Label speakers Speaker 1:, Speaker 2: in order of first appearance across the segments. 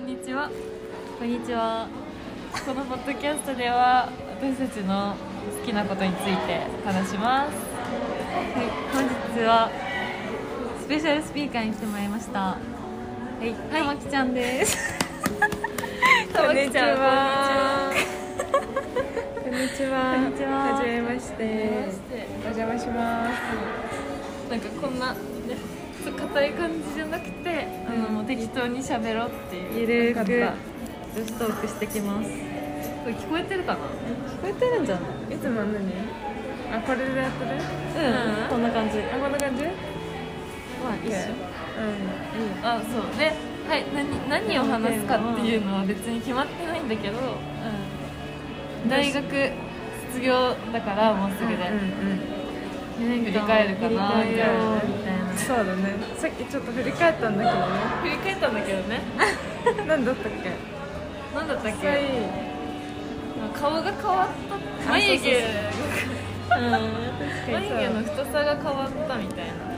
Speaker 1: にちはこんにちはこのポッドキャストでは私たちの好きなことについて話しますはい本日はスペシャルスピーカーに来てもらいましたはい、たまきちゃんです たまきちゃんは
Speaker 2: こんにちは。
Speaker 1: こんにちは
Speaker 2: じめまして。お邪魔します。
Speaker 1: なんかこんなねそう硬い感じじゃなくて、あのもう適当に喋ろうっていう
Speaker 3: ゆるく
Speaker 2: よかっ
Speaker 3: 女子トークしてきます聞
Speaker 1: これ聞こえてるかな
Speaker 3: こえてるんじゃない
Speaker 2: いつも何？あ、これでやってる？
Speaker 3: うん、
Speaker 1: うん
Speaker 3: こんな感じ
Speaker 2: あ、こんな感じ？うん。
Speaker 3: まあ一緒
Speaker 1: あそうで、はい、何何を話すかっていうのは別に決まってないんだけど、大学卒業だからもうすぐで、
Speaker 2: うん
Speaker 1: 振り返るかな
Speaker 3: 振り返ろう
Speaker 1: みたいな
Speaker 2: うん。そうだね。さっきちょっと振り返ったんだけ
Speaker 1: 振り返ったんだけどね
Speaker 2: ど ね。何だったっけ？
Speaker 1: 何だったっ
Speaker 2: 可愛い
Speaker 1: け。顔が変わった眉毛
Speaker 2: かに
Speaker 1: 眉毛の太さが変わったみたいな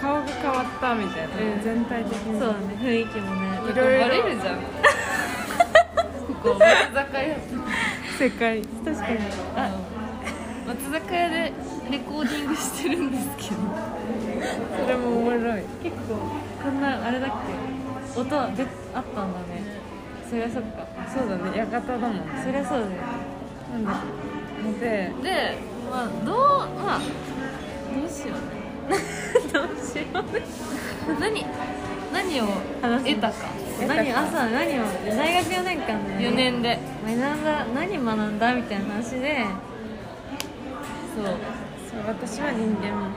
Speaker 2: 顔が変わったみたいな。
Speaker 3: うん
Speaker 2: 全体的
Speaker 3: うん
Speaker 2: に。
Speaker 3: そうだね雰囲気もね
Speaker 2: いろいろ
Speaker 1: バレるじゃんここ松坂屋
Speaker 2: 世界。
Speaker 3: 確かに
Speaker 1: あ松坂屋でレコーディングしてるんですけど
Speaker 2: それも面白い。
Speaker 3: 結構こんなあれだっけ音はであったんだねそりゃそっか
Speaker 2: そうだね。館だもん。
Speaker 3: そりゃそうだよね
Speaker 2: なんだっけ。で、
Speaker 1: で、まあ、どう、まあ、どうしよう
Speaker 3: どうしようね
Speaker 1: ね。何、何を
Speaker 3: 話す
Speaker 1: 得たか。
Speaker 3: 何朝何を大学4年間で、ね、
Speaker 1: 4年で。
Speaker 3: 学んだ何学んだみたいな話で
Speaker 1: そう。
Speaker 2: そう私は人間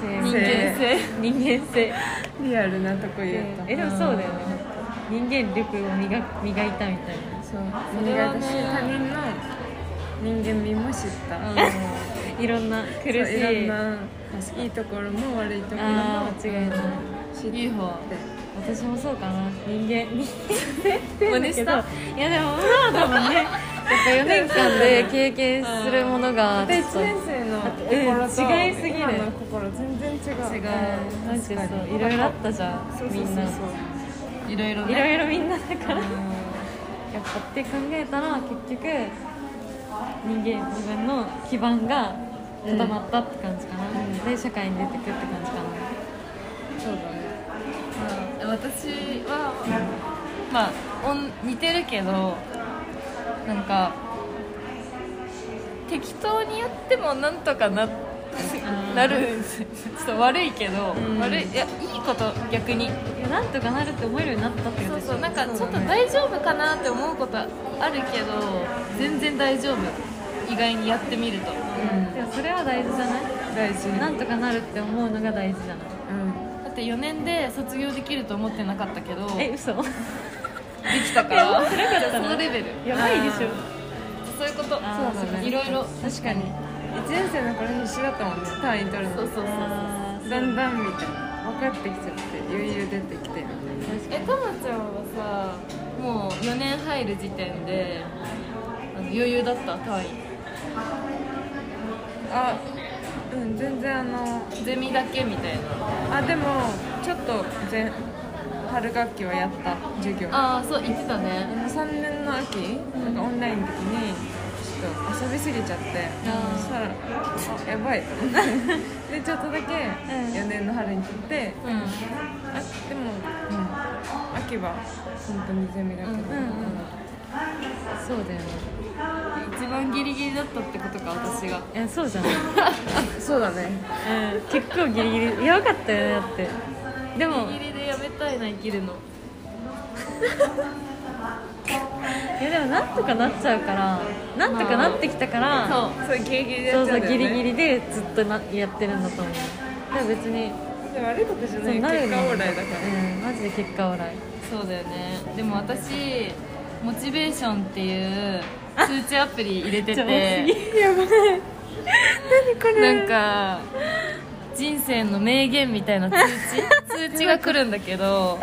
Speaker 3: 生命
Speaker 1: 人間性。
Speaker 3: 人間性
Speaker 2: リアルなとこ言うと。
Speaker 3: えでもそうだよね人間力を磨く磨いたみたいな
Speaker 2: そう。
Speaker 1: それはね
Speaker 2: 苦手し他人の人間味も知った。
Speaker 3: いろんな苦し
Speaker 2: そういろん
Speaker 3: い
Speaker 2: な確かにいいところも悪いところも
Speaker 3: あー間違いない
Speaker 2: 知
Speaker 1: いい
Speaker 2: っ
Speaker 1: 方。
Speaker 2: て
Speaker 3: 私もそうかな人間人
Speaker 1: 真
Speaker 3: 間だ
Speaker 1: 似
Speaker 3: けど
Speaker 1: した。
Speaker 3: いやでもそうだもんねやっぱ4年間で経験するものが
Speaker 2: で
Speaker 3: ちょっ
Speaker 2: 1
Speaker 3: と
Speaker 2: 年生の心と、
Speaker 3: うん違いすぎる
Speaker 2: 今の心全然違う
Speaker 1: 違
Speaker 3: なん
Speaker 1: う
Speaker 3: か
Speaker 2: 確かに
Speaker 3: そういろいろあったじゃん
Speaker 2: そうそうそうそう
Speaker 3: みんない
Speaker 1: ろいろ
Speaker 3: いろ
Speaker 1: ね。
Speaker 3: いろみんなだからやっぱって考えたら結局人間自分の基盤が固まったって感じかな、
Speaker 2: うん
Speaker 3: で社会に出てくって感じかな
Speaker 2: そうだね
Speaker 1: うん私は、まあ、おん似てるけど、なんか、適当にやってもなんとかなっ
Speaker 3: ー
Speaker 1: なるんですちょっと悪いけど、
Speaker 2: ん
Speaker 1: 悪いいやいいこと逆に
Speaker 3: いやなんとかなるって思えるようになったってこ
Speaker 1: そ
Speaker 3: と
Speaker 1: う
Speaker 3: でし
Speaker 1: そ
Speaker 3: ょ
Speaker 1: うなんかちょっと大丈夫かなって思うことあるけど全然大丈夫意外にやってみると
Speaker 2: うん
Speaker 3: でもそれは大事じゃない
Speaker 2: 大事
Speaker 3: なんとかなるって思うのが大事じゃない
Speaker 2: うん
Speaker 1: だって4年で卒業できると思ってなかったけど
Speaker 3: え
Speaker 1: で
Speaker 3: 嘘や
Speaker 1: きたから
Speaker 3: た
Speaker 1: そ
Speaker 3: な
Speaker 1: のレベル
Speaker 3: ばいでしょ
Speaker 1: そういうことそう
Speaker 3: あー
Speaker 1: そう
Speaker 3: そうだね
Speaker 1: いろいろ
Speaker 3: 確かに
Speaker 2: 1年生の頃必死だったもんね単位取るの
Speaker 1: そうそうそう
Speaker 3: あー
Speaker 2: だんだんみたいな分かってきちゃって余裕出てきてみたいな
Speaker 1: えたまちゃんはさもう4年入る時点であの余裕だった単位
Speaker 2: あうん全然あの
Speaker 1: ゼミだけみたいな
Speaker 2: あでもちょっと前春学期はやった授業
Speaker 1: ああそう言ってた
Speaker 2: あ
Speaker 1: ね
Speaker 2: の3年の秋、なんかオンラインの時にちょっと遊びすぎちゃって
Speaker 3: あー
Speaker 2: そしたらあやばいと思ってでちょっと だけ
Speaker 3: ん
Speaker 2: 4年の春に切って
Speaker 1: うんうん
Speaker 2: あでも、うん、秋は本当にゼミだけど、
Speaker 1: うん
Speaker 3: うんうんそうだよね
Speaker 1: 一番ギリギリだったってことか私が
Speaker 3: いやそうじゃない、
Speaker 2: そうだね
Speaker 3: うん、結構ギリギリいやよかったよねだってでも
Speaker 1: ギリギリでやめたいな生きるの
Speaker 3: いやでもなんとかなっちゃうからなんとかなってきたから、
Speaker 1: そ
Speaker 2: そ
Speaker 1: う
Speaker 2: うギリギリで
Speaker 3: そう
Speaker 2: やっち
Speaker 3: そう
Speaker 2: ゃうんだ
Speaker 3: ギ
Speaker 2: よ、
Speaker 3: リ
Speaker 2: ね、
Speaker 3: ギリでずっとなやってるんだと思うでも別に
Speaker 2: で悪いことじゃ
Speaker 3: そ
Speaker 2: な
Speaker 3: う
Speaker 2: い
Speaker 3: なる
Speaker 2: 結果オーライだから、
Speaker 3: うんマジで結果オーライ
Speaker 1: そうだよねでも私モチベーションっていう通知アプリ入れて
Speaker 3: ちょ多
Speaker 1: て
Speaker 2: やばい何これ
Speaker 1: なんか人生の名言みたいな通 知通知が来るんだけど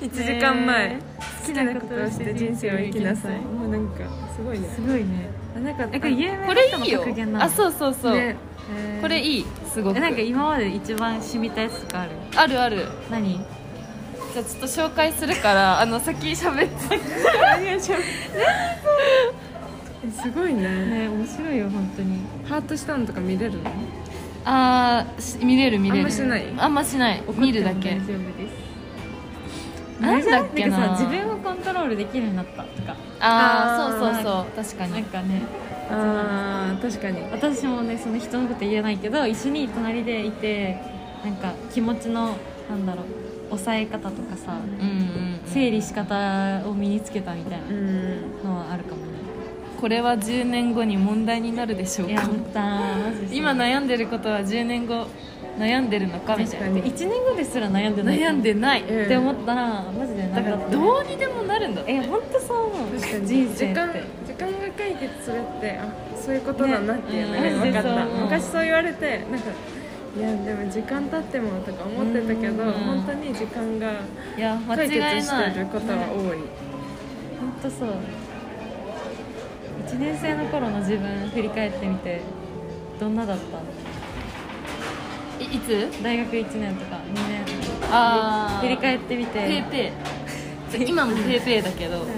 Speaker 2: 1時間前、
Speaker 3: ね
Speaker 2: 好きなことをして人生を生きなさいもうなんかすごいね
Speaker 3: すごいね
Speaker 2: あなんか
Speaker 3: えこれ有名
Speaker 1: こ
Speaker 3: な
Speaker 1: れ
Speaker 3: 人の
Speaker 1: いいよ
Speaker 3: 格言なの
Speaker 1: あそうそうそう、
Speaker 2: ね
Speaker 1: これ
Speaker 2: い
Speaker 1: いいすご
Speaker 3: え
Speaker 1: く
Speaker 3: なんか今まで一番染みたやつとかある
Speaker 1: あるある
Speaker 3: 何
Speaker 1: じゃあちょっと紹介するからあの先喋っ
Speaker 2: え
Speaker 1: て
Speaker 2: すごいね
Speaker 3: ね面白いよ本 当に
Speaker 2: ハートしたのとか見れるの
Speaker 1: ああ見れる見れ
Speaker 2: あん
Speaker 1: る
Speaker 2: ましない
Speaker 1: あんましない見るだ
Speaker 3: 怒
Speaker 1: け
Speaker 3: っても大丈夫です
Speaker 1: なんだっけなん
Speaker 3: かさ自分をコントロールできるようになったとか
Speaker 1: ああ
Speaker 2: あー
Speaker 1: そうそうそう確か
Speaker 3: なん
Speaker 1: に
Speaker 3: かね
Speaker 2: あー確かに
Speaker 3: 私もねその人のこと言えないけど一緒に隣でいてなんか気持ちのなんだろう抑え方とかさ
Speaker 1: うんうんうん
Speaker 3: 整理仕方を身につけたみたい
Speaker 2: うん
Speaker 3: なのはあるかもね
Speaker 1: これは10年後に問題になるでしょう
Speaker 3: いや
Speaker 1: か
Speaker 3: 思ったマジで
Speaker 1: 今悩んでることは10年後悩んでるのかみたいな
Speaker 2: 確かに
Speaker 3: 1年後ですら悩んでない
Speaker 1: 悩んでない、
Speaker 2: うん
Speaker 3: って思ったらマジでな
Speaker 1: だからどうにでもなるんだって
Speaker 3: え本当そう思う
Speaker 2: 確かに
Speaker 3: 人生っ
Speaker 2: 時
Speaker 3: て
Speaker 2: 間時間が解決するってあそういうことだなっていうのが、
Speaker 3: ねうん
Speaker 2: 分かっ
Speaker 3: そうそう
Speaker 2: た
Speaker 3: そう
Speaker 2: 昔そう言われてなんかいやでも時間経ってもとか思ってたけど、
Speaker 1: うん
Speaker 2: 本当に時間が
Speaker 1: いや間
Speaker 2: 解決
Speaker 1: 違いな
Speaker 2: し
Speaker 1: い
Speaker 2: てることは多い
Speaker 3: 本当そう1年生の頃の自分振り返ってみてどんなだった
Speaker 1: いいつ
Speaker 3: 大学1年とか2年
Speaker 1: あー
Speaker 3: 振り返ってみて
Speaker 1: ペーペー今もペーペーだけど
Speaker 3: うん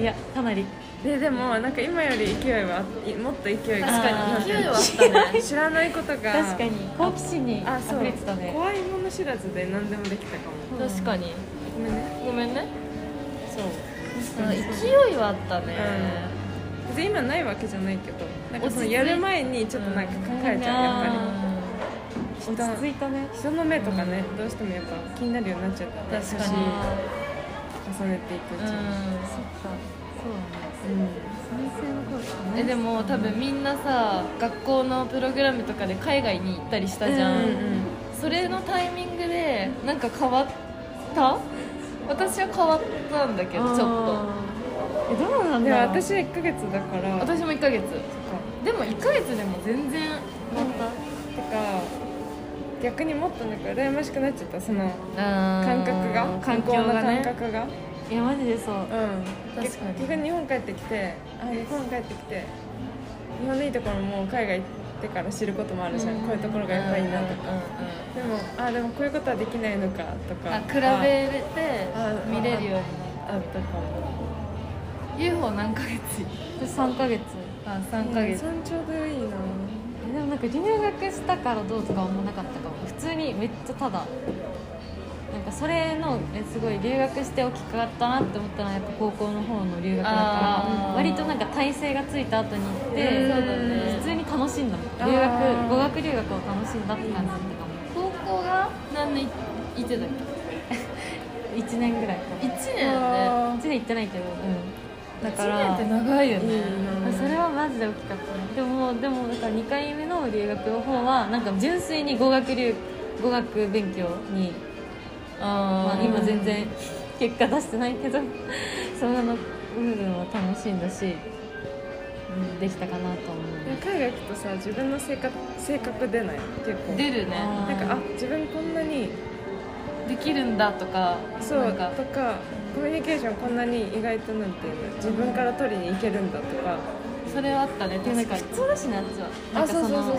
Speaker 3: いやかなり
Speaker 2: ででもなんか今より勢いはあいもっと勢いが
Speaker 1: 確か
Speaker 2: な
Speaker 1: に
Speaker 2: んて
Speaker 1: 勢
Speaker 2: いう
Speaker 1: い
Speaker 2: の
Speaker 1: はあったね
Speaker 2: 知らないことが
Speaker 3: 確かに好奇心に
Speaker 2: あそう
Speaker 3: 溢れてたね
Speaker 2: 怖いもの知らずで何でもできたかも
Speaker 3: うん
Speaker 1: 確かに
Speaker 2: ごめんね
Speaker 1: ごめんね
Speaker 2: そう
Speaker 1: あ勢いはあったね、
Speaker 2: で今ないわけじゃないけどなんかその
Speaker 1: 落ち着い
Speaker 2: やる前にちょっとなんか考えちゃう
Speaker 3: うん
Speaker 2: やっ
Speaker 3: 落ち着いたね
Speaker 2: ぱり人の目とかねどうしてもやっぱ気になるようになっちゃったら
Speaker 1: 確か
Speaker 2: 年
Speaker 1: に
Speaker 2: 重ねていくうちに
Speaker 3: そっかそうだね
Speaker 2: うん
Speaker 3: 先生の頃か
Speaker 1: えでも多分みんなさ学校のプログラムとかで海外に行ったりしたじゃん、
Speaker 2: うんうん
Speaker 1: それのタイミングでなんか変わった私は変わったんだけどちょっと
Speaker 3: えどうなん
Speaker 2: で
Speaker 3: だろ
Speaker 2: も
Speaker 3: う
Speaker 2: 私1ヶ月だからとか
Speaker 1: 私も1ヶ月でも1ヶ月でも全然
Speaker 3: なんか
Speaker 2: とか逆にもっとなんか羨ましくなっちゃったその
Speaker 1: 感
Speaker 2: 感覚が
Speaker 1: 環境
Speaker 2: 向こうの
Speaker 1: が
Speaker 2: 感
Speaker 1: ね
Speaker 2: 覚が
Speaker 3: いやマジでそう
Speaker 2: うん
Speaker 1: 確かに
Speaker 2: 逆に日本帰ってきてあ日本帰ってきて日本のいいところも海外行ってから知ることもあるじゃん、こういうところがやっぱりいいなとか、
Speaker 1: う
Speaker 2: でもあでもこういうことはできないのかと
Speaker 1: んうんうん
Speaker 2: か
Speaker 1: あ比べれて
Speaker 2: あ
Speaker 1: 見れるようになっ
Speaker 2: ああったかも
Speaker 1: た UFO 何ヶ月
Speaker 3: 私3ヶ月
Speaker 1: あ3ヶ月
Speaker 2: 山頂でいいな
Speaker 3: えでもなんか留学したからどうとか思わなかったかも普通にめっちゃただなんかそれのえすごい留学して大きくなったなって思ったのはやっぱ高校の方の留学だか
Speaker 1: あー
Speaker 3: ら割となんか体制がついた後に行っ
Speaker 2: う
Speaker 3: て
Speaker 2: ん
Speaker 1: そうだね
Speaker 3: 普通に楽しんだもん
Speaker 2: あー
Speaker 3: 留学語学留学を楽しんだって感じだったかも
Speaker 1: 高校が何年いてたっ
Speaker 3: 1年ぐらいか
Speaker 1: け1
Speaker 3: な
Speaker 1: 年だよね
Speaker 2: あー
Speaker 3: 1年行ってないけどうんだから
Speaker 1: 1年って長いよね
Speaker 2: いいな
Speaker 3: あそれはマジで大きかったねでもでもだから2回目の留学の方はなんか純粋に語学留語学勉強に、ま
Speaker 1: あ
Speaker 3: あ、
Speaker 1: ー
Speaker 3: 今全然結果出してないけど その部分は楽しんだし、うん、できたかなと思う
Speaker 2: でも海外行くとさ自分の性格性格出ない結構
Speaker 1: 出るね
Speaker 2: なんかあ自分こんなに
Speaker 1: できるんだとか
Speaker 2: そう
Speaker 1: なんか
Speaker 2: とかコミュニケーションこんなに意外となんていうの自分から取りに行けるんだとか
Speaker 1: それはあったね
Speaker 3: でもなん
Speaker 1: 確
Speaker 3: か
Speaker 1: かに
Speaker 3: 普通だしねあっちはなんかの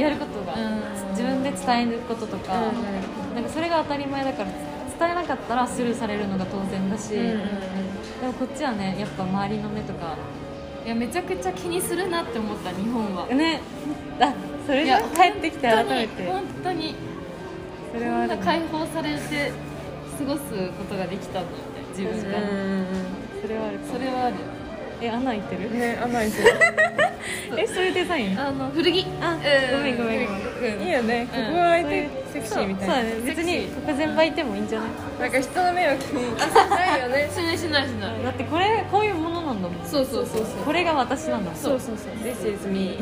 Speaker 3: やることが
Speaker 1: うん
Speaker 3: 自分で伝えることとか、なんかそれが当たり前だから伝えなかったらスルーされるのが当然だし、
Speaker 2: うんうんうん
Speaker 3: でもこっちはねやっぱ周りの目とか
Speaker 1: いやめちゃくちゃ気にするなって思った日本は
Speaker 3: ねあそれ
Speaker 1: い
Speaker 3: じゃ
Speaker 1: や
Speaker 3: 帰ってきて改めて
Speaker 1: 本当に
Speaker 3: それは
Speaker 1: 本
Speaker 3: あ
Speaker 1: 当にこんな
Speaker 3: る
Speaker 1: 解
Speaker 3: ね
Speaker 1: 放されて過ごすことができたんだって自分
Speaker 2: う
Speaker 1: が、
Speaker 3: それはあるか
Speaker 1: それはある
Speaker 3: え穴開いてる
Speaker 2: んね甘いし
Speaker 3: えそういうデザイン
Speaker 1: あの古着
Speaker 3: あごめんごめんごめん
Speaker 1: ん
Speaker 2: いいよねここは相手セクシーみたい
Speaker 3: そう
Speaker 2: な
Speaker 3: だね別に
Speaker 1: セ
Speaker 3: ここ全売いてもいいんじゃない
Speaker 2: なんか人の目を気にしないよね
Speaker 1: しないしないしない
Speaker 3: だってこれこういうものなんだもん
Speaker 1: そうそうそうそう
Speaker 3: これが私なんだもん
Speaker 1: そう
Speaker 2: そうそう This is me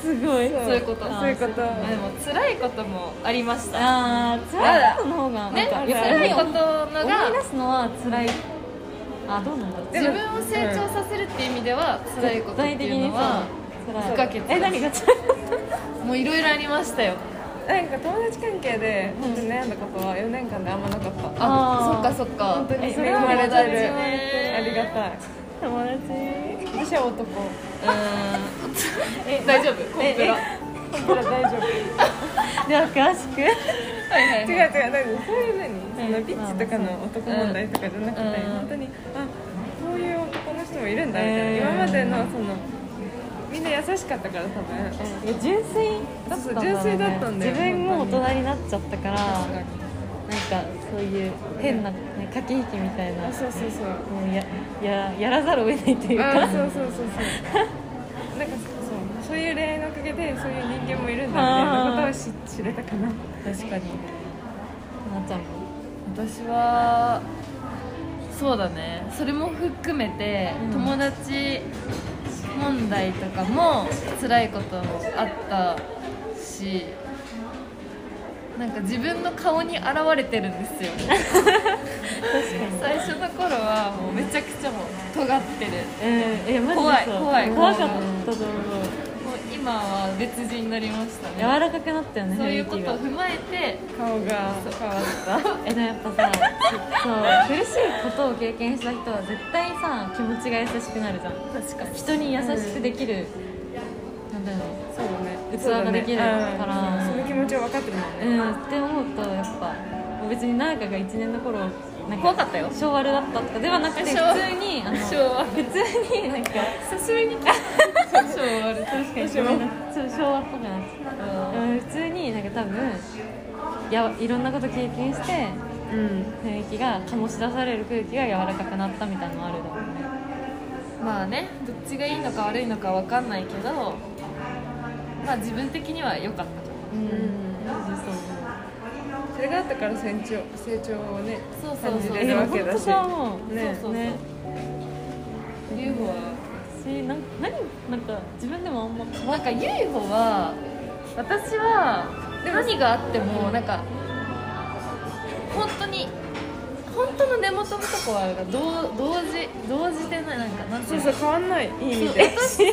Speaker 3: すごい
Speaker 1: そういうこと
Speaker 2: そういうこと
Speaker 1: あでも辛いこともありました
Speaker 3: あー辛いことの方が
Speaker 1: ね
Speaker 3: なんか
Speaker 1: 辛いことの
Speaker 3: 思い出
Speaker 1: が
Speaker 3: すのは辛いあどうなんだろう
Speaker 2: で
Speaker 1: 自
Speaker 2: も
Speaker 1: 分を成長させるっていう意味では辛いことっていうのは
Speaker 3: 絶対的にさ辛い
Speaker 1: 不可欠
Speaker 3: え何が辛い
Speaker 1: もういろいろありましたよ
Speaker 2: なんか友達関係で本当に悩んだことは4年間であんまなかった本
Speaker 1: あ
Speaker 3: あー
Speaker 1: そっかそっか
Speaker 2: 当に
Speaker 3: え
Speaker 2: 恵
Speaker 3: そ
Speaker 2: ま
Speaker 3: れは
Speaker 2: れてる
Speaker 1: ね
Speaker 2: ありがたい
Speaker 3: 友達
Speaker 2: 私は男
Speaker 1: うーん大丈夫コンプラ
Speaker 2: だから大丈夫
Speaker 3: では詳しく
Speaker 1: はいは
Speaker 2: 違う違
Speaker 1: いはいう
Speaker 2: 何そういう何そのビッチとかの男問題とかじゃなくて、
Speaker 1: うん
Speaker 2: 本当にあこういう男の人もいるんだみたいな、
Speaker 3: えー
Speaker 2: 今までのそのみんな優しかったから多分
Speaker 3: いや純粋だったんだ,、ね、
Speaker 2: そう純粋だったんだよ
Speaker 3: 自分も大人になっちゃったからなんか
Speaker 2: あ
Speaker 3: そういう変な、ね、駆け引きみたいな
Speaker 2: そうそうそう
Speaker 3: もうやややらざるを得ないっていう
Speaker 2: あ
Speaker 3: か
Speaker 2: そうそうそうそうなんかそうそういう恋愛のおかげでそういう人間もいるんだみたいなことを知知れたかな
Speaker 1: 確かに
Speaker 3: なっちゃんも
Speaker 1: 私はそうだねそれも含めて、
Speaker 3: うん
Speaker 1: 友達問題とかも辛いこともあったしなんか自分の顔に現れてるんですよ
Speaker 3: 確かに
Speaker 1: 最初の頃はもうめちゃくちゃもう尖ってる
Speaker 3: えー、えマジでそう
Speaker 1: 怖い怖い
Speaker 3: 怖かったと思う
Speaker 1: もう今は別人になりました
Speaker 3: 柔
Speaker 1: ね
Speaker 3: らかくなったよね
Speaker 1: そういうこ
Speaker 3: 雰
Speaker 1: と
Speaker 3: 囲気が
Speaker 1: を踏まえて
Speaker 2: 顔が変わっ
Speaker 3: え
Speaker 2: た
Speaker 3: でもやっぱさそう苦しいことを経験した人は絶対さ気持ちが優しくなるじゃん
Speaker 1: 確かに
Speaker 3: 人に優しくできる、なんだろ
Speaker 2: そうだ
Speaker 3: 器
Speaker 2: ね
Speaker 3: ができるから
Speaker 2: そうだねうんその気持ちを分かってるもんね
Speaker 3: ううんって思うとやっぱもう別に奈々香が1年の頃なん
Speaker 1: 怖かったよ
Speaker 3: 昭和だったとかではなくて普
Speaker 1: 昭和
Speaker 3: 通にあの
Speaker 1: 昭和
Speaker 3: 普通になんか
Speaker 1: 久しぶりに聞いた昭和で確かに
Speaker 3: ごめんなちょっと昭和っぽくなっちゃったうん普通になんか多分いやいろんなこと経験して
Speaker 2: うん
Speaker 3: 雰囲気が醸し出される空気が柔らかくなったみたいなのあるだろうね
Speaker 1: まあねどっちがいいのか悪いのかわかんないけどまあ自分的には良かった
Speaker 3: うん
Speaker 2: それがあったから成長成長をね
Speaker 1: そうそう
Speaker 2: 感じ
Speaker 1: そう
Speaker 2: れ
Speaker 3: で
Speaker 2: る
Speaker 3: も
Speaker 2: わ
Speaker 3: 本
Speaker 2: けだ
Speaker 3: 当
Speaker 2: し
Speaker 3: さもう
Speaker 2: ね
Speaker 1: そうそうそう
Speaker 3: ね
Speaker 1: ユーフォは
Speaker 3: しなん何なんか自分でもあんま変わ
Speaker 1: なんかユーフォは私は何があってもなんか本当に本当の根元のとこは同同時同時でないなんかなんて
Speaker 2: そ
Speaker 1: いう
Speaker 2: そ
Speaker 1: うの
Speaker 2: う変わんないいい意
Speaker 1: そ
Speaker 2: 味
Speaker 1: う
Speaker 2: で
Speaker 1: 私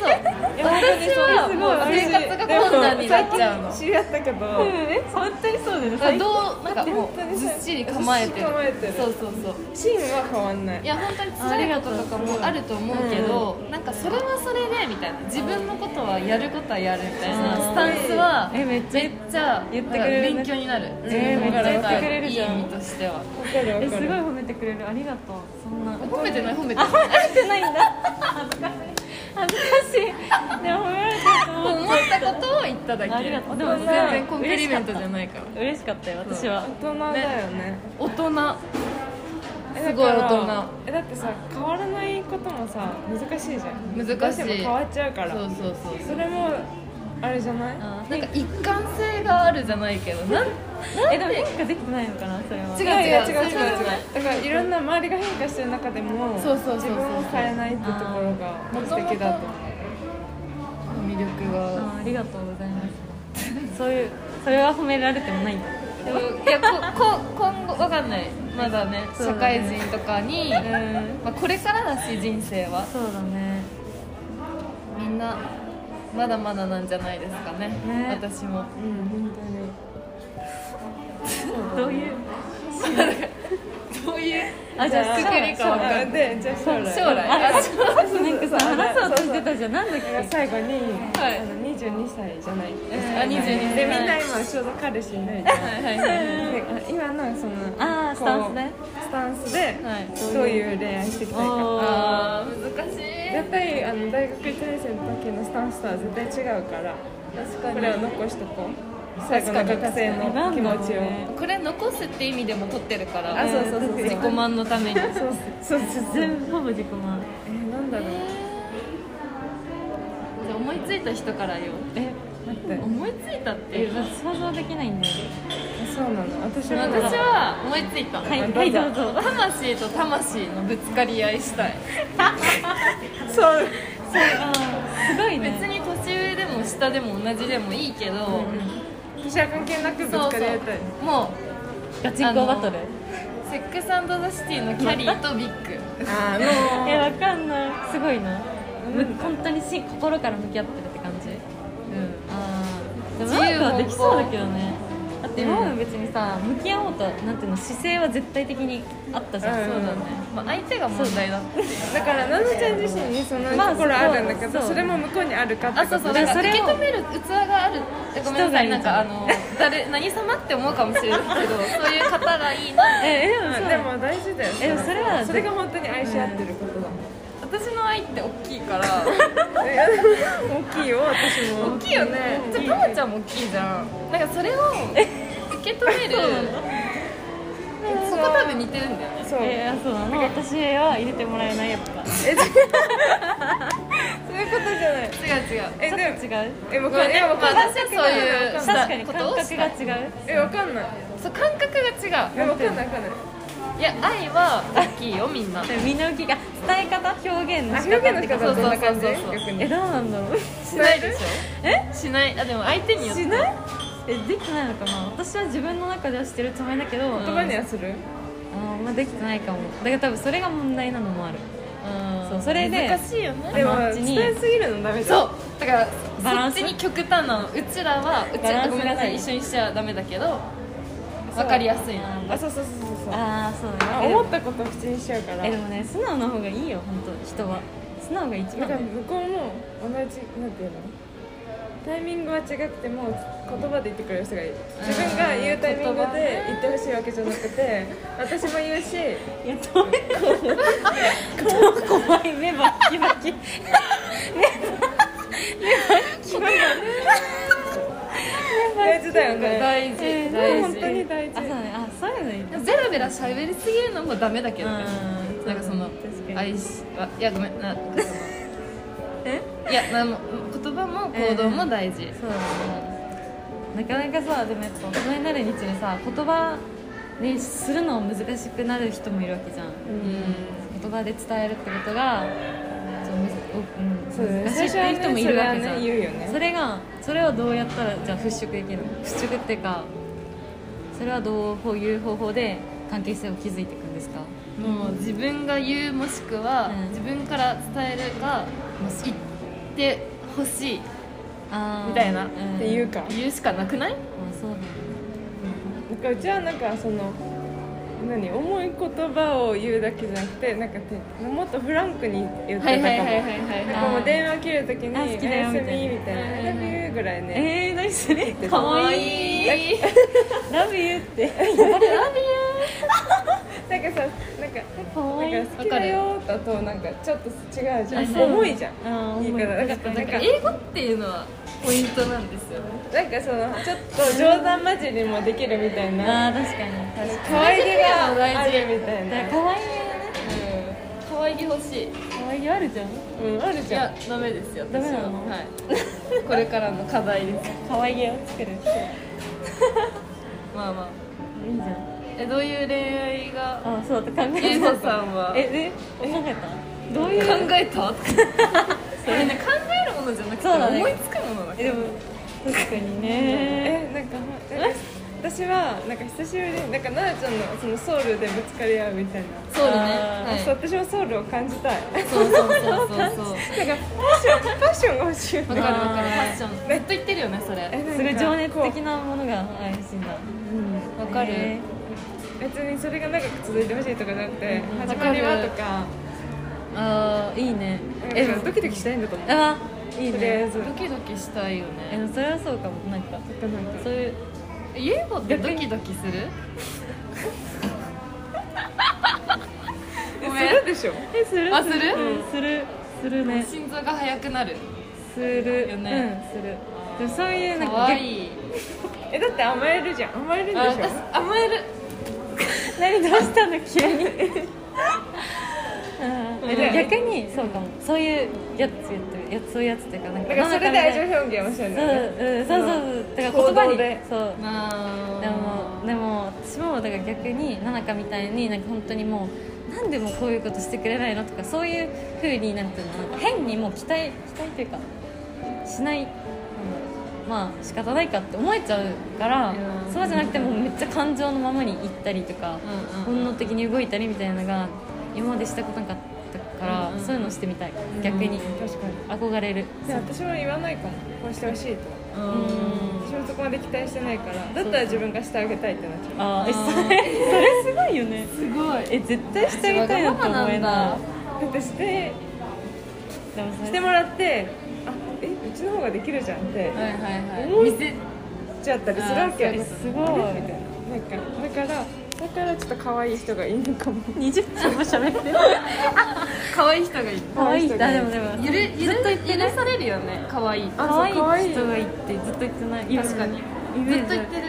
Speaker 1: そう私はもう生活が困難になっちゃうの
Speaker 2: 知り合ったけど
Speaker 3: うんえ本当にそうだよね
Speaker 1: だから
Speaker 3: 最
Speaker 1: ど
Speaker 3: 近
Speaker 1: うなんかもうずっしり構えてる
Speaker 2: ずっしり構えてる
Speaker 1: そうそうそう
Speaker 2: チームは変わんない
Speaker 1: いや本当に辛いこととかもあると思うけど、なんかそれはそれでみたいな自分のことはやることはやるみたいな
Speaker 3: うん
Speaker 1: スタンスは
Speaker 3: えめっちゃ
Speaker 1: めっちゃ
Speaker 3: 言ってくれるね
Speaker 1: 勉強になる
Speaker 3: えー
Speaker 1: 自分の
Speaker 2: めっちゃ言って
Speaker 3: くれるじゃん
Speaker 1: いい意味としては
Speaker 2: わかるわ
Speaker 3: えすごい
Speaker 2: かる
Speaker 3: 褒めてくれるありがとうそんな
Speaker 1: 褒めてない褒めてない
Speaker 3: めてないんだ恥ずかしい恥ずかしいでも褒められてると思う
Speaker 1: 思ったことを言っただけ
Speaker 3: ありがとう
Speaker 1: でも全
Speaker 3: 嬉しかっ
Speaker 1: 然
Speaker 3: た
Speaker 1: コンプリメントじゃないから
Speaker 3: 嬉しかったよ私は
Speaker 2: 大人だよね
Speaker 1: 大人
Speaker 2: え
Speaker 1: すごい
Speaker 2: だから
Speaker 1: 大人
Speaker 2: えだってさ変わらないこともさ難しいじゃん
Speaker 1: 難しい
Speaker 2: どうても変わっちゃうから
Speaker 1: そうそうそう
Speaker 2: それもあれじゃない
Speaker 1: なんか一貫性があるじゃないけどなん
Speaker 3: えでも変化できてないのかなそれは
Speaker 1: 違う
Speaker 2: いやいや
Speaker 1: 違
Speaker 2: 違
Speaker 1: う
Speaker 2: う違
Speaker 1: そう
Speaker 2: う違う
Speaker 1: いうことじゃない
Speaker 2: だからいろんな周りが変化してる中でも
Speaker 1: そうそうそうそう
Speaker 2: 自分を変えないってところが
Speaker 1: あー
Speaker 2: 素敵だと思う
Speaker 1: 魅力が
Speaker 3: あありがとうございますそういうそれは褒められてもないんだ
Speaker 1: いやここ 今後わかんないまだね
Speaker 3: そうだ
Speaker 1: 社
Speaker 3: ね
Speaker 1: 会人とかに、まあ、これからだし人生は
Speaker 3: そうだね
Speaker 1: みんなまだまだなんじゃないですかね
Speaker 3: ね
Speaker 1: 私も
Speaker 2: うん本当に
Speaker 3: どういう
Speaker 1: そういう
Speaker 3: あじゃあ
Speaker 1: くくりかわかんない
Speaker 2: あでじゃあ将来
Speaker 1: 将来
Speaker 3: あ
Speaker 1: あ
Speaker 3: なんかさ話そうとしてたじゃんなんだっ
Speaker 2: だから
Speaker 3: け
Speaker 2: 最後に、
Speaker 1: はい
Speaker 2: あの22歳じゃないですか
Speaker 1: あ22
Speaker 2: で
Speaker 1: はい
Speaker 2: みんな今ちょうど彼氏いないじゃん
Speaker 1: はいはいはい
Speaker 2: であ今のその
Speaker 3: あー
Speaker 2: こ
Speaker 3: ス
Speaker 2: う
Speaker 3: タンスね
Speaker 2: スタンスで
Speaker 1: はい
Speaker 2: どういう恋愛していきたいか
Speaker 3: おー
Speaker 1: あー難し
Speaker 2: 絶
Speaker 1: い
Speaker 2: 対あの大学1年生の時のスタンスとは絶対違うから
Speaker 1: 確
Speaker 2: これを残しとこう最後の
Speaker 1: 確かに
Speaker 2: 学生の
Speaker 3: なん
Speaker 2: 気
Speaker 3: だろう
Speaker 2: 持ちを、
Speaker 3: ね
Speaker 1: これ残すって意味でも取ってるから
Speaker 2: あそうそうそうそう
Speaker 1: 自己満のために
Speaker 2: そうそうそうそう
Speaker 3: 全部ほぼ自己満
Speaker 2: えー、なんだろう
Speaker 1: じゃあ思いついた人からよ
Speaker 3: え
Speaker 2: 待って
Speaker 1: 思いついたってい
Speaker 3: え
Speaker 1: う
Speaker 3: 想像できないんだよ
Speaker 2: そうなの私はまだ
Speaker 1: 私は思いついた
Speaker 3: はい
Speaker 2: あ
Speaker 3: はいど
Speaker 2: ど
Speaker 3: う
Speaker 2: う
Speaker 3: ぞ
Speaker 1: 魂と魂のぶつかり合いしたい
Speaker 2: そう
Speaker 3: あーすごい
Speaker 1: 別
Speaker 3: ね
Speaker 1: に年上でも下でも同じでもいいけど、
Speaker 2: 私は関係なくぶつ
Speaker 1: そう
Speaker 2: かり合いたい
Speaker 1: そうも
Speaker 3: ガチンコバトル
Speaker 1: うセックスザ・シティのキャリーとビッグ
Speaker 2: あ
Speaker 3: え
Speaker 2: あ
Speaker 3: わかんないすごいなむ本当にし心から向き合ってるって感じ
Speaker 1: うん
Speaker 3: ああでも
Speaker 1: 自
Speaker 3: な
Speaker 1: 由
Speaker 3: んかできそうだけどねって今まで別にさ向き合おうとなんていうの姿勢は絶対的にあったじゃん、
Speaker 2: うん
Speaker 1: まあ、相手が問題だっていう
Speaker 2: だからナナちゃん自身にその
Speaker 3: まあ
Speaker 2: ところあるんだけど、
Speaker 3: そう
Speaker 2: それも向こうにあるかって
Speaker 1: あ
Speaker 2: こと
Speaker 1: そうそう
Speaker 3: だ
Speaker 1: だ
Speaker 3: か
Speaker 1: からら
Speaker 3: それ
Speaker 1: それ
Speaker 3: を
Speaker 1: 受け止める器があるえごめん
Speaker 3: 人
Speaker 1: なさい
Speaker 3: がい
Speaker 1: な
Speaker 3: じゃ
Speaker 1: いん
Speaker 3: ん
Speaker 1: かあの誰 何様って思うかもしれないけどそういう方がいいな
Speaker 3: ええで
Speaker 2: う
Speaker 3: も
Speaker 2: ん
Speaker 3: そう
Speaker 2: でも大事だよ
Speaker 3: えでもそれは
Speaker 2: それが本当に愛し合ってることだもん、
Speaker 1: 私の愛って大きいから
Speaker 2: え大きいよ私も
Speaker 1: 大きいよねじゃあともちゃんも大きいじゃんなんかそれを受け止めるそこ多分似てるんだよね
Speaker 2: そう、
Speaker 3: えー、そうなの私は入れてもらえないやっぱ
Speaker 2: えそういう
Speaker 3: ちょっと
Speaker 2: ことじゃないえでも
Speaker 1: 違う違う
Speaker 3: 違う
Speaker 2: えわ
Speaker 1: 僕
Speaker 2: か
Speaker 1: は
Speaker 2: んない
Speaker 1: ね
Speaker 2: えわ
Speaker 1: 私
Speaker 2: かん
Speaker 1: は
Speaker 2: ない
Speaker 1: そう
Speaker 2: わ
Speaker 1: いう
Speaker 2: かんない
Speaker 3: 確かに感覚が
Speaker 1: う
Speaker 3: 違う
Speaker 2: えわかんない
Speaker 1: そう感覚が違う
Speaker 2: えわかんないわかんない
Speaker 1: いや愛は大きいよみんな
Speaker 3: でもみんな受けが伝え方表現の
Speaker 2: あ
Speaker 3: 仕
Speaker 2: 表現
Speaker 3: 方
Speaker 2: の
Speaker 3: っ
Speaker 2: 仕
Speaker 3: て
Speaker 2: 方はどんな感じ
Speaker 1: そうそうそうそう
Speaker 2: 逆
Speaker 3: え
Speaker 2: に
Speaker 3: どうなんだ ろう
Speaker 1: しないでしょえしないあでも相手によって
Speaker 3: しないえできてないのかな私は自分の中ではしてるつもりだけど、
Speaker 2: 言葉にはする
Speaker 3: あのまあ、できてないかもだから多分それが問題なのもある
Speaker 1: うん
Speaker 3: そうそれで
Speaker 1: 難しいよね
Speaker 2: でも
Speaker 3: マッチに
Speaker 2: 伝えすぎるのダメだ
Speaker 1: そうだから
Speaker 3: バランス
Speaker 1: そっちに極端なのうちらはうち
Speaker 3: バラン
Speaker 1: ら
Speaker 3: ス
Speaker 1: ごめんなさい
Speaker 3: が
Speaker 1: 一緒にしちゃダメだけど分かりやすいな
Speaker 2: あそうそうそうそうそう
Speaker 3: ああそうだ
Speaker 2: あ
Speaker 3: ね
Speaker 2: 思ったことを口にしちゃうから
Speaker 3: えで
Speaker 2: だ
Speaker 3: もね素直な方がいいよ本当人は素直が一番
Speaker 2: から向こうも同じなんていうのタイミングは違っても言葉で言ってくれる人がいい自分が言うタイミングで言ってほしいわけじゃなくて私も言 うし
Speaker 3: いやどういうこと怖い目ばっきばき目ば目ばっき
Speaker 2: 大事だよね
Speaker 1: 大
Speaker 3: え
Speaker 1: 事
Speaker 3: ー
Speaker 1: 大
Speaker 2: 本当に
Speaker 1: 事
Speaker 2: 大事
Speaker 3: あそうだねあそういうのいいね
Speaker 1: ベラベラ喋りすぎるのもダメだけどね
Speaker 3: うん
Speaker 1: なんかその
Speaker 3: 確かに
Speaker 1: 愛しあいやごめんな
Speaker 3: え
Speaker 1: いやなんも言葉も行動も大事、
Speaker 3: そうだねなかなかさでもやっぱ大人になるにつれさ言葉にするの難しくなる人もいるわけじゃん
Speaker 1: うん
Speaker 3: 言葉で伝えるってことがちょっとむずおうん
Speaker 2: そうだね
Speaker 3: 難しいっていう人もいるわけじゃん
Speaker 2: 最初はねそれはね言うよね
Speaker 3: それがそれをどうやったらじゃあ払拭できるの払拭っていうかそれはどういう方法で関係性を築いていくんですか
Speaker 1: もう自分が言うもしくは、
Speaker 3: うん
Speaker 1: 自分から伝えるが言ってほしい
Speaker 3: あー
Speaker 1: みたい
Speaker 3: う
Speaker 1: な
Speaker 3: ん
Speaker 2: っていうか
Speaker 1: 言うしかなくない
Speaker 3: まあそうだね
Speaker 2: なんかうちはなんかその何重い言葉を言うだけじゃなくてなんかてもっとフランクに言ってたかも、
Speaker 1: はい
Speaker 2: なんかもう電話切るときに「
Speaker 3: あ
Speaker 2: お
Speaker 3: 好
Speaker 2: やす
Speaker 3: きだよみたいな
Speaker 2: み」みたいな「
Speaker 1: うん
Speaker 2: love you」ぐらいね
Speaker 3: えー、何それ
Speaker 2: てた
Speaker 3: かわいい
Speaker 1: いい
Speaker 3: ラブユーって
Speaker 2: なんかさなんか
Speaker 3: かわいい
Speaker 2: なんか好きだよだとなんかちょっと違うじゃん
Speaker 1: あそう
Speaker 2: 重いじゃん
Speaker 3: あー
Speaker 2: いいから
Speaker 3: 重い
Speaker 2: なんかなんか
Speaker 1: 英語っていうのはポイントなんですよね
Speaker 2: なんかそのちょっと冗談交じりもできるみたい な
Speaker 3: あー確かに確かに
Speaker 2: 可愛げが
Speaker 1: それだ
Speaker 2: あ
Speaker 1: けでも大事
Speaker 2: るみたい
Speaker 3: だ
Speaker 2: な
Speaker 3: からかわいいよ
Speaker 1: 可愛げ欲しいい
Speaker 3: ねかわいいあるじゃん
Speaker 2: うんあるじゃん
Speaker 1: やダメですよ
Speaker 3: ダメなの
Speaker 1: 私ははい これからの課題です
Speaker 3: かわいげを作るいいじ
Speaker 1: まあま
Speaker 3: ゃ
Speaker 1: あ
Speaker 3: ん
Speaker 1: えどういう恋愛が
Speaker 3: あそうだって考
Speaker 1: エ
Speaker 3: え
Speaker 1: イ
Speaker 3: た
Speaker 1: トさんは
Speaker 3: えで考えたどういう
Speaker 1: 考えた それね考えるものじゃなくて
Speaker 3: そうだね
Speaker 1: 思いつくものだ
Speaker 3: え
Speaker 1: け
Speaker 3: でも確かにね
Speaker 2: えなんかなんか私はなんか久しぶりになんか奈々ちゃんのそのソウルでぶつかり合うみたいな
Speaker 1: そうだ
Speaker 3: あー
Speaker 1: ねはい
Speaker 2: そ
Speaker 1: そうう
Speaker 2: 私もソウルを感じたいなんか
Speaker 1: そうそうそうそう
Speaker 2: ファッションファッションが欲しいよ
Speaker 1: わ
Speaker 2: ね
Speaker 1: かるわかるファッションずっと言ってるよねそれ
Speaker 3: すごい情熱的
Speaker 2: な
Speaker 3: なものが欲しいんだ
Speaker 2: ん
Speaker 1: わかる
Speaker 3: え
Speaker 2: 別にそれが長く続いてほしいとかじゃなくて
Speaker 3: うん
Speaker 2: 始まりはとか
Speaker 3: ーあーいいね
Speaker 2: えドキドキしたいんだと思うと
Speaker 3: あーいい
Speaker 2: りあえ
Speaker 3: ね
Speaker 2: ず
Speaker 1: ドキドキしたいよ
Speaker 3: え
Speaker 1: ね
Speaker 3: でもそれはそうかもなんか
Speaker 2: なんか
Speaker 3: そういう
Speaker 1: ユーゴってドキドキ するごめん
Speaker 2: するでしょ
Speaker 3: えする
Speaker 1: あする
Speaker 3: うんするするね
Speaker 1: 心臓が速くなる
Speaker 3: するう
Speaker 1: よね
Speaker 3: んするでもそういうなん
Speaker 1: 可
Speaker 3: か
Speaker 1: 愛い
Speaker 2: えだって甘えるじゃん甘えるんで
Speaker 1: あ
Speaker 2: しょ
Speaker 1: 私甘える
Speaker 3: 逆何どうしたの急に あーえでも逆にそうかもそういうやつ言ってるやつそういうやつっていうかなんか
Speaker 2: だからそれで愛情表現をしたいん
Speaker 3: そ
Speaker 2: だ
Speaker 3: う、
Speaker 2: よね
Speaker 3: うん、そうそうそうだから言葉
Speaker 2: 行動で
Speaker 3: にそう
Speaker 1: な
Speaker 3: でもでも私もだから逆に奈々香みたいになんか本当にもうなんでもうこういうことしてくれないのとかそういうふうになんていうのなんか変にもう期待期待というかしないなんだろうまあ仕方ないかって思えちゃうから
Speaker 1: いやー
Speaker 3: そうじゃなくてもうめっちゃ感情のままに行ったりとか
Speaker 1: うんうん
Speaker 3: 本能的に動いたりみたいなのが今までしたことなかったかから、
Speaker 2: うんうん
Speaker 3: そういうのしてみたい逆に、
Speaker 2: 確かに
Speaker 3: 憧れる
Speaker 2: で私も言わないかもこうしてほしいと
Speaker 1: うん
Speaker 2: 私もそこまで期待してないからだったら自分がしてあげたいってなっちゃう
Speaker 3: ああ
Speaker 1: あ
Speaker 3: そ
Speaker 1: ー
Speaker 3: れそれすごいよね
Speaker 1: すごい
Speaker 3: え絶対してあげたいなと思えな
Speaker 1: わがままなんだ
Speaker 2: だってして
Speaker 3: いでもそ
Speaker 2: し
Speaker 3: れ
Speaker 2: てもらってあえうちの方ができるじゃんって
Speaker 1: はいはい
Speaker 2: 思
Speaker 1: はいい見せ
Speaker 2: 思っちゃったりするわけ
Speaker 1: あーそういう
Speaker 2: よ
Speaker 1: こ
Speaker 3: すごい
Speaker 2: あれみたいななんかだからだからちょっと可愛い人がいいのかも
Speaker 3: 20分も喋って
Speaker 1: 可愛い人がいい
Speaker 3: 可愛い人
Speaker 2: 可
Speaker 3: だ
Speaker 2: 愛
Speaker 3: で
Speaker 2: い
Speaker 3: も
Speaker 2: 人が
Speaker 3: でも
Speaker 1: ゆるゆる許されるよね可愛い
Speaker 2: あ
Speaker 3: 可
Speaker 2: そう可
Speaker 3: 愛
Speaker 2: 愛
Speaker 3: い
Speaker 2: い
Speaker 3: 人がいいってずっと言ってない
Speaker 1: 確かに
Speaker 3: イメ
Speaker 1: ず
Speaker 3: ージ
Speaker 1: っと言ってる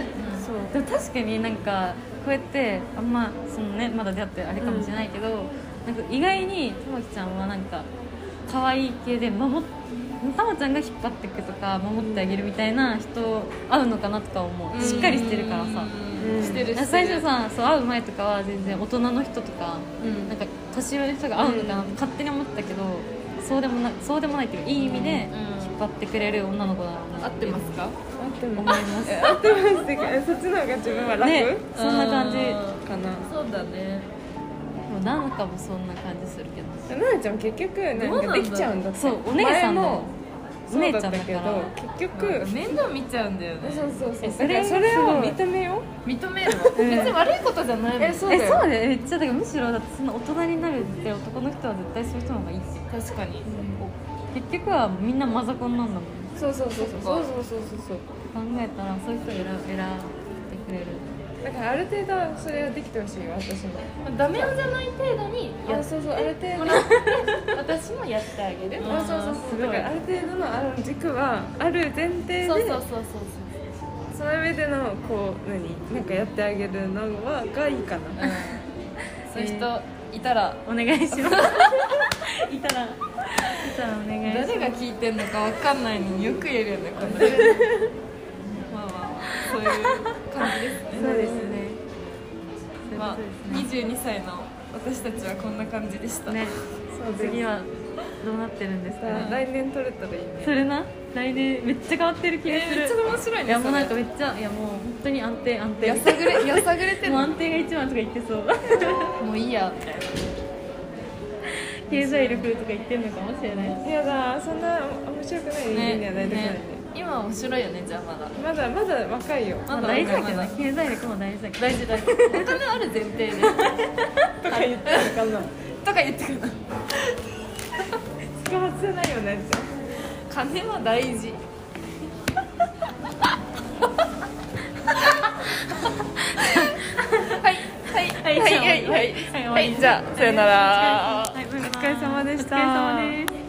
Speaker 3: そうでも確かになんかこうやってあんまそのねまだ出会ってあれかもしれないけど、なんか意外にともきちゃんはなんか可愛い系で守ったまちゃんが引っ張っていくとか守ってあげるみたいな人合うのかなとか思うしっかりしてるからさ
Speaker 1: うんしてるしてる
Speaker 3: 最初さそう会う前とかは全然大人の人とか
Speaker 1: うん
Speaker 3: なんか年上の人が合うのかなって勝手に思ってたけど、そうでもないそうでもないっていうかいい意味で
Speaker 1: うん
Speaker 3: 引っ張ってくれる女の子だろうな
Speaker 1: 合ってますか
Speaker 2: 合って
Speaker 3: 思い
Speaker 2: も
Speaker 3: ます
Speaker 2: 合ってますってかそっちの方が自分は楽、
Speaker 3: ねそんな感じ
Speaker 1: う
Speaker 2: かな
Speaker 1: そうだね
Speaker 3: もうなんかもそんな感じするけど
Speaker 2: 奈々ちゃん結局なんかできちゃうんだって
Speaker 3: そうお姉さん
Speaker 2: 前
Speaker 3: だ
Speaker 2: も
Speaker 3: お
Speaker 2: そう
Speaker 3: 姉
Speaker 2: だっ
Speaker 3: ちゃ
Speaker 2: た
Speaker 3: んだ
Speaker 2: け
Speaker 3: か
Speaker 2: ど
Speaker 3: ら
Speaker 2: 結局、
Speaker 1: なんか面倒見ちゃうんだよね
Speaker 2: そうそうそ
Speaker 3: え
Speaker 2: う
Speaker 3: そ
Speaker 2: だ
Speaker 3: れ
Speaker 2: からそれを認めよう
Speaker 1: 認めるわ別に悪いことじゃないもん
Speaker 2: えそう
Speaker 3: え
Speaker 2: だ
Speaker 3: そう
Speaker 2: よ
Speaker 3: だよめっちゃだからむしろだってそんな大人になるって男の人は絶対そういう人の方がいいし
Speaker 1: 確かに
Speaker 3: 結局はみんなマザコンなんだもん考
Speaker 2: そうそうそうそうそうそうそう
Speaker 3: えたらそういう人選選んでくれる
Speaker 2: そうだからある程度それはできてほしいよ私も
Speaker 1: ダメ男じゃない程度にや
Speaker 2: あ
Speaker 1: っ
Speaker 2: そうそうある程
Speaker 1: も
Speaker 2: 度
Speaker 1: らって私もやってあげる
Speaker 2: あそうそうそうだからある程度のあの軸はある前提で
Speaker 1: そうそうそうそう
Speaker 2: その上でのこう何なんかやってあげるのはがいいかな
Speaker 1: そうそういう人いたら
Speaker 3: お願いしますいたらいたらお願いします
Speaker 1: 誰が聞いてんのかわかんないのによく言えるよねこれまあまあまあそういう感じですね
Speaker 2: そうですね
Speaker 1: まあ22歳の私たちはこんな感じでした、
Speaker 3: ね
Speaker 2: そうです
Speaker 3: 次はどうなってるんですか
Speaker 2: さあ
Speaker 3: ね
Speaker 2: 来年取れたらいいね
Speaker 3: それな来年めっちゃ変わってる気が
Speaker 1: え
Speaker 3: す
Speaker 1: ー
Speaker 3: る、
Speaker 1: めっちゃ面白いね
Speaker 3: いやもうなんか
Speaker 1: そ
Speaker 3: めっちゃいやもう本当に安定安定
Speaker 1: れやさぐれやさぐれてる
Speaker 3: もう安定が一番とか言ってそう
Speaker 1: もういいやみたいな
Speaker 3: 経済力とか言ってんのかもしれないし
Speaker 2: いやだそんな面白くない人にはなりたくないね
Speaker 1: 今は面白いよねじゃあまだ
Speaker 2: まだまだ若いよ
Speaker 1: ま
Speaker 3: まあ
Speaker 1: だ
Speaker 3: 大事だけど
Speaker 1: ま
Speaker 3: ね
Speaker 1: だ
Speaker 3: 経済力も大事だけど
Speaker 1: 大事 大事お金ある前提でと
Speaker 2: とか言ってるかな
Speaker 1: か言ってくる
Speaker 2: 宿発せないよねって
Speaker 1: 金は大 事
Speaker 3: はい終
Speaker 1: はいはいはいはいはい
Speaker 3: わ
Speaker 1: は
Speaker 3: り
Speaker 1: いじゃあさよなら
Speaker 3: はいバイバイ
Speaker 2: お疲れ様でした
Speaker 3: お疲れ様です